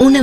una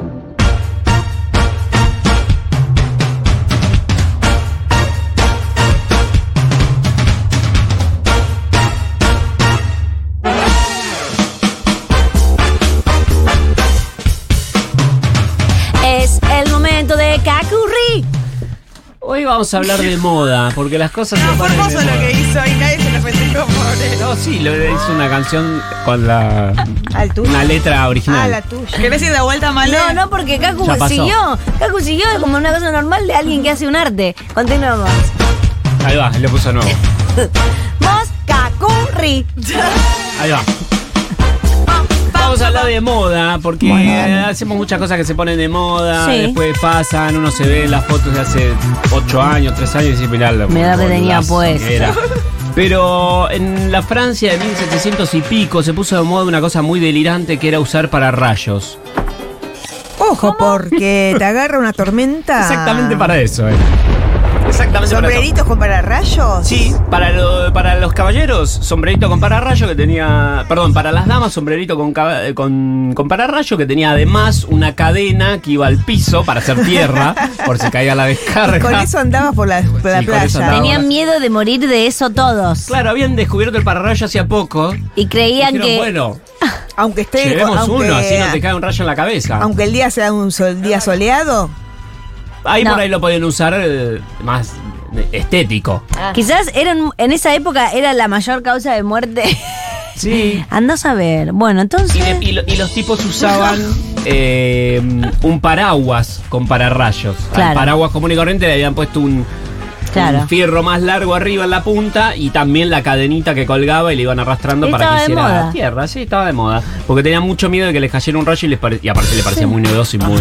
Es el momento de Kakurri. Hoy vamos a hablar de moda, porque las cosas No, se fue ponen de hermoso lo moda. que hizo y nadie se lo festejó, pobre. No, sí, lo hizo una canción con la Al tuyo. una letra original. Ah, la tuya. ¿Querés ir de vuelta, Malé? No, no, porque Kaku Ya pasó. siguió. Kaku siguió como una cosa normal de alguien que hace un arte. Continuamos. Ahí va, le puso de nuevo. Vos, Kakurri. Ahí va. Vamos a hablar de moda, porque hacemos muchas cosas que se ponen de moda, Sí. después pasan, uno se ve en las fotos de hace 8 años, 3 años y dice, mirá, la Me da que tenía bolazo pues". que era". Pero en la Francia de 1700 y pico se puso de moda una cosa muy delirante que era usar para rayos. Ojo, porque te agarra una tormenta. Exactamente para eso, eh. Exactamente para eso. ¿Sombreritos con pararrayos? Sí, para, lo- para los caballeros, sombrerito con pararrayo que tenía. Perdón, para las damas, sombrerito con, caba- eh, con, con pararrayo que tenía además una cadena que iba al piso para hacer tierra, por si caía la descarga. Con eso andabas por la, por la Sí, con eso playa. andaba. Tenían miedo de morir de eso todos. Claro, habían descubierto el pararrayo hacía poco. Y creían Dijeron, que. bueno, Aunque esté. llevemos aunque, uno, así no te cae un rayo en la cabeza. aunque el día sea un sol- día soleado. ahí No. por ahí lo podían usar eh, más eh, estético. Ah. Quizás eran, en esa época era la mayor causa de muerte. Sí. Anda a saber. Bueno, Y, de- entonces. y lo- y los tipos usaban eh, un paraguas con pararrayos. Claro. Al paraguas común y corriente le habían puesto un, Claro. un fierro más largo arriba en la punta y también la cadenita que colgaba y le iban arrastrando para Estaba que de hiciera moda. tierra. Sí, estaba de moda. Porque tenían mucho miedo de que les cayera un rayo y, les pare- y aparte le parecía muy novedoso y muy...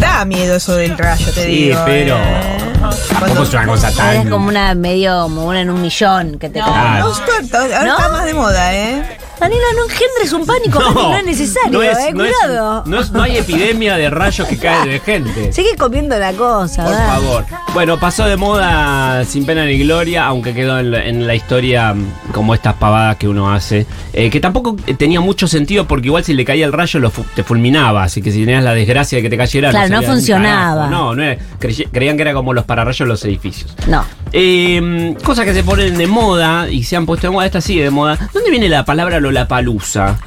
Da miedo eso del rayo, te Sí, digo. pero... eh. Tampoco Cuando- es una cosa Es tan... como una medio, como una en un millón que te cae. Claro. No, esto- esto- ahora ¿No? está más de moda, ¿eh? Daniela, no engendres un pánico, Mati, no, es necesario, no es- eh, no es- cuidado. no es- no hay epidemia de rayos que cae de gente. Sigue comiendo la cosa, Por ¿verdad? favor. Bueno, pasó de moda sin pena ni gloria, aunque quedó en, la- en la historia mm, como estas pavadas que uno hace. eh, que tampoco eh, tenía mucho sentido porque igual si le caía el rayo lo fu- te fulminaba. Así que si tenías la desgracia de que te cayera... Claro, no servía de un funcionaba. carajo. No, no era- crey- creían que era como los pararrayos de los edificios. No. Eh, cosas que se ponen de moda y se han puesto de moda. Esta sigue de moda. ¿Dónde viene la palabra Lollapalooza?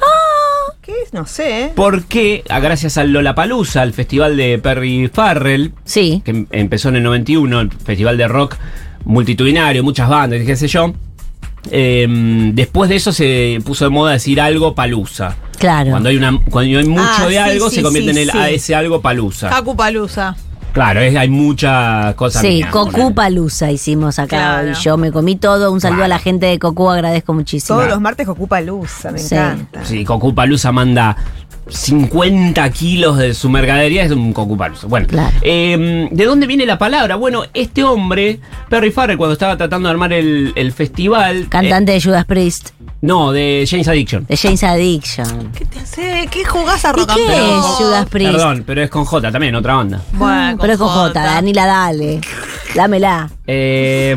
¿Qué es? No sé, ¿eh? Porque, ah, gracias al Lollapalooza, al festival de Perry Farrell, Sí. que em- empezó en el 91, el festival de rock multitudinario, muchas bandas, qué sé yo. Em, después de eso se puso de moda decir algo palusa. Claro. Cuando hay, una, cuando hay mucho Ah, de sí, algo, sí, se convierte sí, en el sí. a ese algo palusa. Acupalusa. Claro, es- hay muchas cosas. Sí, mías, Cocú ponele. Palusa hicimos acá Claro. y yo me comí todo. Un saludo a la gente de Cocú, agradezco muchísimo. Todos los martes Ocupalusa, me Sí. encanta. Sí, Cocupalusa manda 50 kilos de su mercadería, es un Cocupalusa. Bueno, Claro. eh, ¿de dónde viene la palabra? Bueno, este hombre, Perry Farrell, cuando estaba tratando de armar el, el festival. Cantante de Judas Priest, eh, no, de James Addiction. de James Addiction. ¿Qué te hace? ¿Qué jugás a ¿Y rock and qué roll? es Judas Priest? Perdón, pero es con J también, otra banda. Bueno, Mm, Pero es con J, Jota. Danila, dale. Dámela. Eh,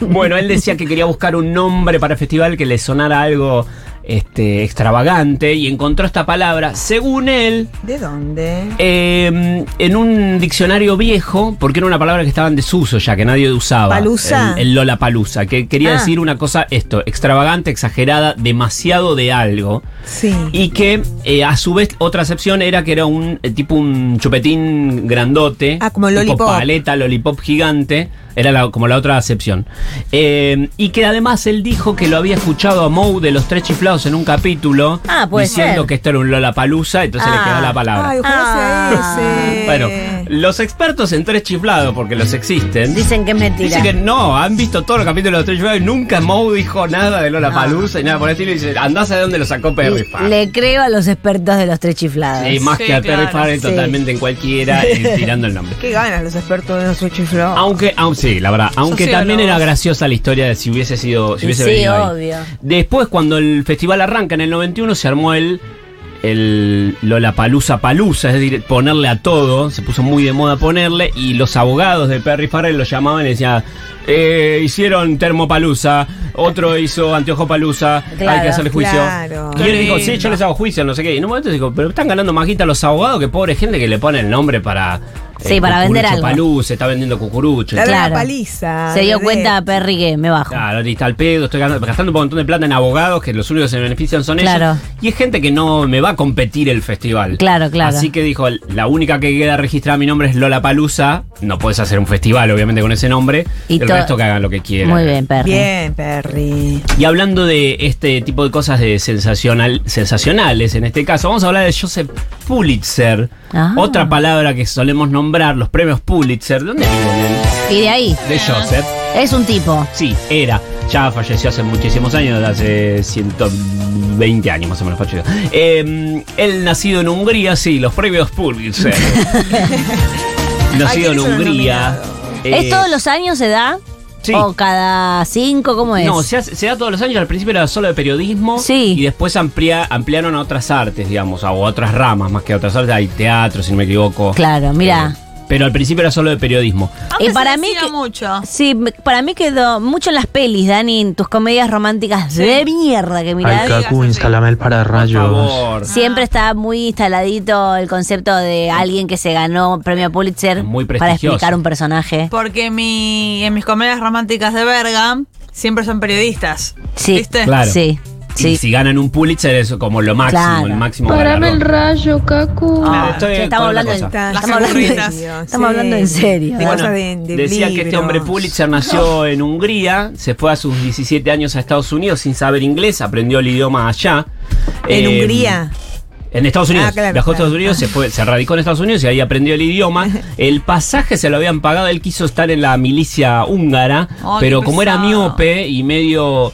bueno, él decía que quería buscar un nombre para el festival que le sonara algo este, extravagante y encontró esta palabra, según él, ¿De dónde? eh, en un diccionario viejo, porque era una palabra que estaba en desuso ya, que nadie usaba. Palusa. El, Lola Palusa, que quería Ah. decir una cosa, esto, extravagante, exagerada, demasiado de algo. Sí. Y que eh, a su vez otra excepción era que era un eh, tipo un chupetín grandote. Ah, como tipo lollipop. paleta, lollipop gigante. Era la- como la otra excepción. Eh, y que además él dijo que lo había escuchado a Moe de los tres chiflados en un capítulo. Ah, puede diciendo ser. que esto era un Lollapalooza, entonces Ah. le quedó la palabra. Ay, ojalá Ah. sea ese. Bueno, Los expertos en tres chiflados, porque los existen. Dicen que es mentira. Dicen que no, han visto todos los capítulos de los tres chiflados y nunca Moe dijo nada de Lola Palusa y nada por el estilo. Y dice, andás a dónde lo sacó Perry Farr. Le creo a los expertos de los tres chiflados. Sí, más Sí, que a Perry claro. Farr, Sí. totalmente en cualquiera, eh, tirando el nombre. Qué ganas los expertos de nuestros chiflados. Aunque, aun- sí, la verdad, aunque Sociólogos. también era graciosa la historia de si hubiese sido, si Y hubiese sí, venido ahí. obvio. Después, cuando el festival arranca en el 91, se armó el, el Lola Palusa Palusa, es decir, ponerle a todo, se puso muy de moda ponerle, y los abogados de Perry Farrell lo llamaban y decían, eh, hicieron Termopalusa, otro hizo Anteojo Palusa, hay que Claro, hacerle juicio. claro. Y él Qué dijo, lindo. sí, yo les hago juicio, no sé qué. Y en un momento dijo, pero están ganando más guita los abogados que pobre gente que le pone el nombre para... eh, Sí, para vender Cucurucho algo. Palusa, Uh, está vendiendo cucurucho. La de la Claro. paliza. Se dio bebé. cuenta Perry que me bajo. Claro, ahorita al pedo, estoy ganando- gastando un montón de plata en abogados, que los únicos que se benefician son Claro. ellos. Y es gente que no me va a competir el festival. Claro, claro. Así que dijo, la única que queda registrada mi nombre es Lola Palusa. No puedes hacer un festival, obviamente, con ese nombre. Y el to- resto que hagan lo que quieran. Muy bien, Perry. Bien, Perry. Y hablando de este tipo de cosas de sensacional, sensacionales, en este caso, vamos a hablar de Joseph Pulitzer. Ah. Otra palabra que solemos nombrar, los premios Pulitzer. ¿De dónde vienen? Y de ahí, De Joseph. es un tipo. Sí, era. Ya falleció hace muchísimos años, hace 120 años más o menos falleció. Eh, él nacido en Hungría, sí, los premios Pulitzer. nacido Ay, en ¿quiénes son los Hungría. eh, nominados? ¿Es todos los años se da? Sí. ¿O cada cinco? ¿Cómo es? No, se, hace- se da todos los años, al principio era solo de periodismo Sí. y después amplia, ampliaron a otras artes, digamos, o a otras ramas más que a otras artes, hay teatro, si no me equivoco. Claro, mira. Eh, pero al principio era solo de periodismo. Antes Y Eh, para se mí decía que- mucho. Sí, me- para mí quedó mucho en las pelis, Dani, en tus comedias románticas de mierda que mirás. Ay, Cacu, instalame el para Por rayos. favor. Siempre está muy instaladito el concepto de alguien que se ganó premio Pulitzer Muy para prestigioso. explicar un personaje. Porque mi, en mis comedias románticas de verga siempre son periodistas. Sí, ¿Viste? Claro. sí, Y sí. si ganan un Pulitzer es como lo máximo, Claro. el máximo Parame el galardón. rayo, Cacu. Ah, Estoy sí, con estamos otra hablando cosa. en- Está- Las Estamos hablando, en- aburridas. estamos hablando en serio. De ¿verdad? cosas de, de decía que este libros. hombre Pulitzer nació en Hungría, se fue a sus 17 años a Estados Unidos sin saber inglés, aprendió el idioma allá. En Eh, Hungría. En Estados Unidos. Ah, claro, Viajó a claro. Estados Unidos, se, fue, se radicó en Estados Unidos y ahí aprendió el idioma. El pasaje se lo habían pagado, él quiso estar en la milicia húngara, Ay, pero qué como era pesado. miope y medio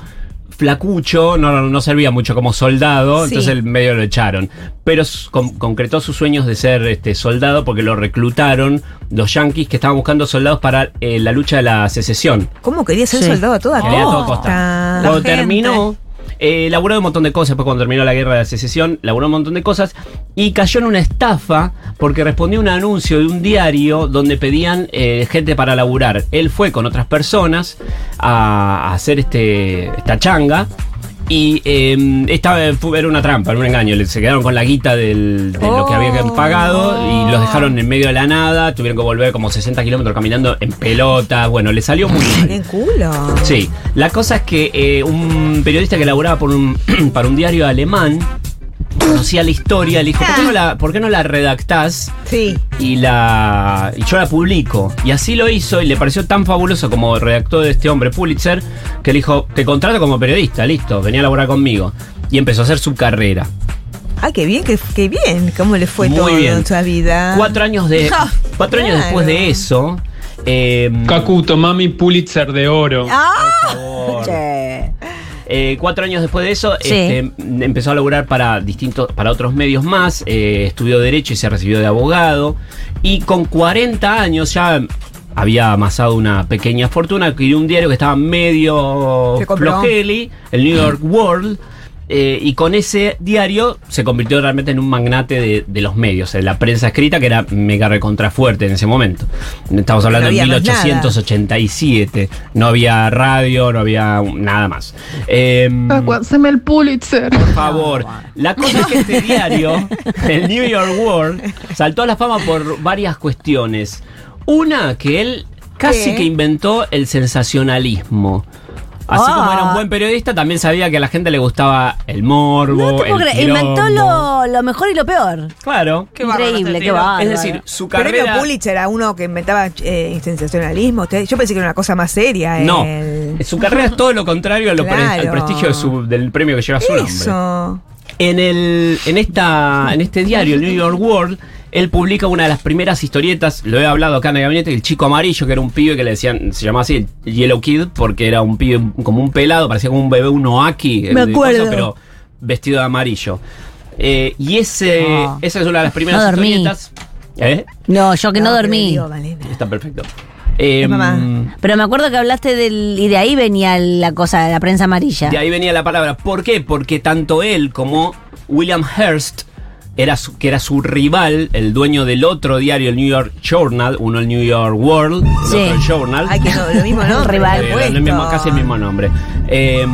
flacucho, no, no servía mucho como soldado, Sí. entonces el medio lo echaron. Pero s- con- concretó sus sueños de ser este, soldado porque lo reclutaron los yanquis que estaban buscando soldados para eh, la lucha de la secesión. ¿Cómo quería ser Sí. soldado a toda Quería a toda costa. costa? Cuando gente. terminó, eh, laburó de un montón de cosas. Después, cuando terminó la guerra de la secesión, laburó un montón de cosas. Y cayó en una estafa porque respondió a un anuncio de un diario donde pedían eh, gente para laburar. Él fue con otras personas a, a hacer este, esta changa. Y eh, esta fue- era una trampa, era un engaño. Le- Se quedaron con la guita del- de lo que habían pagado y los dejaron en medio de la nada. Tuvieron que volver como 60 kilómetros caminando en pelotas. Bueno, le salió muy mal. En culo. Sí, la cosa es que eh, un periodista que laboraba por un, para un diario alemán conocía la historia, le dijo, ¿por qué no la, por qué no la redactás? Sí. Y, la, y yo la publico. Y así lo hizo y le pareció tan fabuloso como redactó de este hombre Pulitzer que le dijo, te contrato como periodista, listo, venía a laborar conmigo. Y empezó a hacer su carrera. Ah, qué bien, qué, qué bien. ¿Cómo le fue Muy todo bien. en su vida? Cuatro años, de, Ja, cuatro años Ah. después claro. de eso... eh, Cacu, tomá mi Pulitzer de oro. ¡Ah! por- Che. Eh, cuatro años después de eso, Sí. este, m- empezó a laburar para distintos, para otros medios más, eh, estudió Derecho y se recibió de abogado. Y con 40 años ya había amasado una pequeña fortuna, adquirió un diario que estaba medio Se compró. flojeli, el New York World. eh, y con ese diario se convirtió realmente en un magnate de, de los medios, de la prensa escrita, que era mega recontrafuerte en ese momento. Estamos hablando No en había más nada. 1887. No había radio, no había nada más. Em, Ah, Cacu, haceme el Pulitzer. por favor. La cosa es que este diario, el New York World, saltó a la fama por varias cuestiones. Una, que él casi ¿Qué? que inventó el sensacionalismo. Así Ah. como era un buen periodista, también sabía que a la gente le gustaba el morbo. No te puedo el creer, inventó quilombo. lo, lo mejor y lo peor. Claro. Qué bárbaro Increíble, este qué tío. bárbaro. Es decir, su Premio carrera... Pulitzer a uno que inventaba eh, sensacionalismo. Usted- Yo pensé que era una cosa más seria. No, el- su carrera es todo lo contrario a lo pre- al Claro. prestigio de su- del premio que lleva su nombre. Eso. En, el, en, esta, en este diario, el New York World, él publica una de las primeras historietas, lo he hablado acá en el gabinete, el chico amarillo, que era un pibe que le decían, se llamaba así, el Yellow Kid, porque era un pibe como un pelado, parecía como un bebé, un Oaki. Me el coso, acuerdo. Pero vestido de amarillo. Eh, y ese, Ah. esa es una de las primeras No dormí. historietas. ¿Eh? No, yo que no, te dormí. digo, Malena. Está perfecto. Eh, mamá. Pero me acuerdo que hablaste del. Y de ahí venía la cosa, la prensa amarilla. De ahí venía la palabra. ¿Por qué? Porque tanto él como William Hearst, era su- que era su rival, el dueño del otro diario, el New York Journal, uno el New York World, el Sí. otro el Journal. Ay, que no, lo mismo, ¿no? Rival. Eh, era el mismo- casi el mismo nombre. Eh,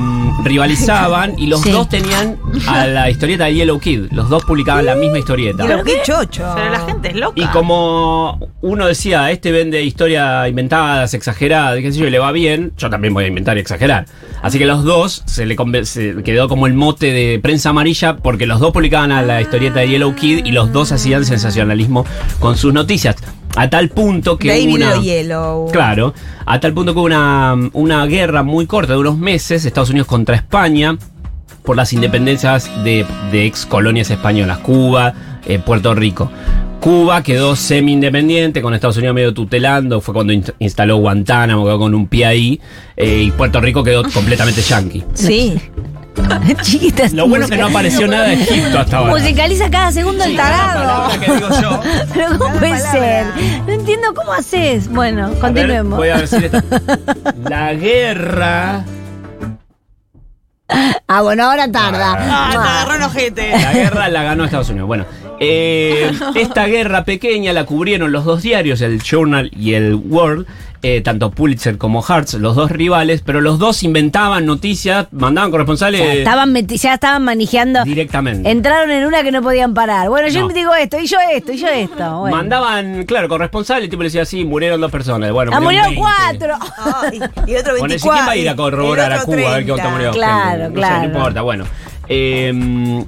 rivalizaban y los Sí. dos tenían a la historieta de Yellow Kid. Los dos publicaban la misma historieta. Pero qué chocho. Pero la gente es loca. Y como uno decía, este vende historias inventadas, exageradas, y qué sé yo, y le va bien, yo también voy a inventar y exagerar. Así que los dos se le conven- se quedó como el mote de prensa amarilla porque los dos publicaban a la historieta de Yellow Kid y los dos hacían sensacionalismo con sus noticias. A tal punto que De ahí hubo viene una... lo yellow. Claro, a tal punto que hubo una, una guerra muy corta de unos meses, Estados Unidos contra España, por las independencias de, de ex colonias españolas, Cuba, eh, Puerto Rico. Cuba quedó semi-independiente, con Estados Unidos medio tutelando, fue cuando inst- instaló Guantánamo, quedó con un pie ahí, eh, y Puerto Rico quedó completamente yanqui. Sí. Chiquitas. Lo bueno es que no apareció nada de Egipto hasta ahora. Musicaliza cada segundo el tarado. Palabra que digo yo. Pero ¿cómo Cada puede palabra. ser? No entiendo cómo haces. Bueno, A ver, continuemos. voy a decir esto. La guerra... Ah, bueno, ahora tarda. Ah, te Ah. agarró el ojete. La guerra la ganó Estados Unidos. Bueno, eh, esta guerra pequeña la cubrieron los dos diarios, el Journal y el World, eh, tanto Pulitzer como Hearst, los dos rivales, pero los dos inventaban noticias, mandaban corresponsales Ya estaban meti- ya estaban manejando. directamente. Entraron en una que no podían parar. Bueno, yo No. digo esto, y yo esto, y yo esto. Bueno. Mandaban, claro, corresponsales, el tipo le decía, sí, murieron dos personas. Bueno, ah, murieron 20. cuatro. Ah, y, y otro 24. Bueno, ¿y ¿quién va a ir a corroborar el a otro Cuba a ver qué otra 30? murió? Claro, no claro. Sé, no importa, bueno. Eh,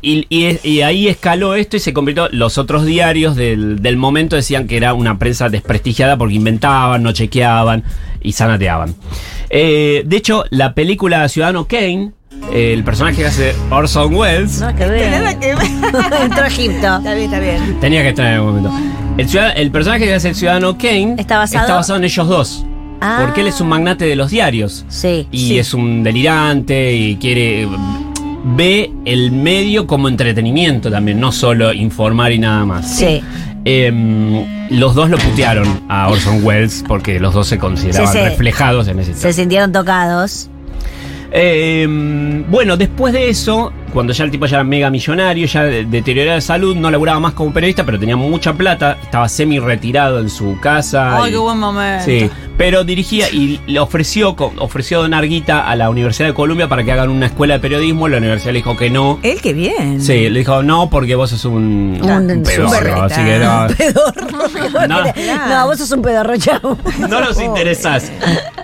y, y- y ahí escaló esto y se convirtió. Los otros diarios del, del momento decían que era una prensa desprestigiada porque inventaban, no chequeaban y zanateaban. Eh, de hecho, la película Ciudadano Kane, eh, el personaje que hace Orson Welles, No, que Nada ver. Este que ver. Entró Egipto. Está bien, está bien. tenía que estar en algún momento. El, ciudad- el personaje que hace el Ciudadano Kane ¿Está basado? en ellos dos. Ah. Porque él es un magnate de los diarios. Sí. y Sí. es un delirante y quiere ve el medio como entretenimiento también, no solo informar y nada más. Sí. Em, los dos lo putearon a Orson Welles porque los dos se consideraban Sí, sí. reflejados en ese Se sintieron tocados. eh, bueno, después de eso, cuando ya el tipo ya era mega millonario, ya de- deteriorado de salud, no laburaba más como periodista, pero tenía mucha plata, estaba semi retirado en su casa. Ay, y- Oh, qué buen momento. Sí, pero dirigía y le ofreció, co- ofreció donar guita a la Universidad de Columbia para que hagan una escuela de periodismo. La universidad le dijo que no. Él, qué bien. Sí, le dijo no porque vos sos un, Un- un súper pedorro, así que no. Pedorro. No. No, vos sos un pedorro, chao. No nos interesás.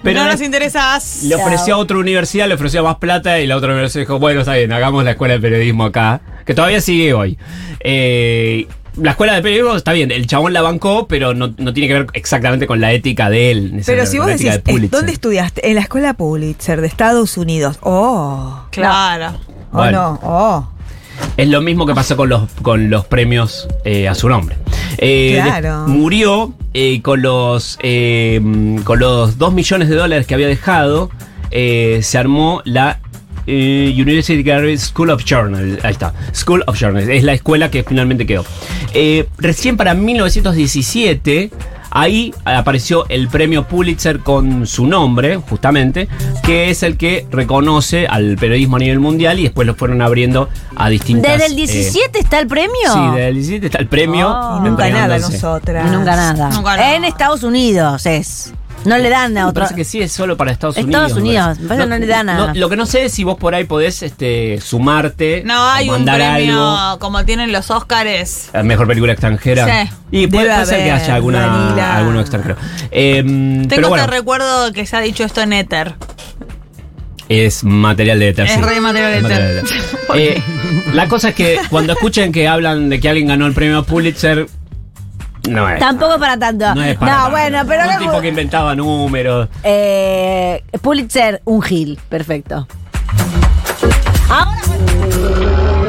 Pero no le- nos interesas. le ofreció a otra universidad, le ofreció más plata y la otra universidad dijo, bueno, está bien, hagamos la escuela de periodismo acá, que todavía sigue hoy. Eh, la escuela de periodismo está bien, el chabón la bancó, pero no, no tiene que ver exactamente con la ética de él. ni siquiera Pero si con vos la ética decís, "Eh, de Pulitzer. ¿dónde estudiaste? En la escuela Pulitzer de Estados Unidos. Oh. Claro. ¿O Bueno. no? Oh. Es lo mismo que pasó con los, con los premios eh, a su nombre. Eh, Claro. des- Murió eh, con, los, eh, mm, con los 2 millones de dólares que había dejado, eh, se armó la eh, University Gallery School of Journal. Ahí está, School of Journal. Es la escuela que finalmente quedó. Eh, recién para 1917... Ahí apareció el premio Pulitzer con su nombre, justamente, que es el que reconoce al periodismo a nivel mundial y después lo fueron abriendo a distintas. ¿Desde el eh, 17 está el premio? Sí, desde el 17 está el premio. Oh. Y nunca nada entregándose. Y nosotras. Nunca nada. Nunca nada. En Estados Unidos es. No le dan a Me otro. parece que sí, es solo para Estados Unidos. Estados Unidos, me parece que no le da nada. lo que no sé es si vos por ahí podés este, sumarte No hay o un mandar premio algo. como tienen los Óscares. a Mejor película extranjera. Sí. Y puede, Debe puede ser que haber, haya alguna, Daniela. alguno extranjero. Eh, pero Tengo bueno, este recuerdo que se ha dicho esto en Ether. es material de Es tercero. re material de Es Ether. material de Ether. Eh, la cosa es que cuando escuchen que hablan de que alguien ganó el premio Pulitzer, no es. Tampoco para tanto. No es para No, nada. bueno, pero Un no- tipo que inventaba números. Eh, Pulitzer, un Gil. Perfecto. Ahora.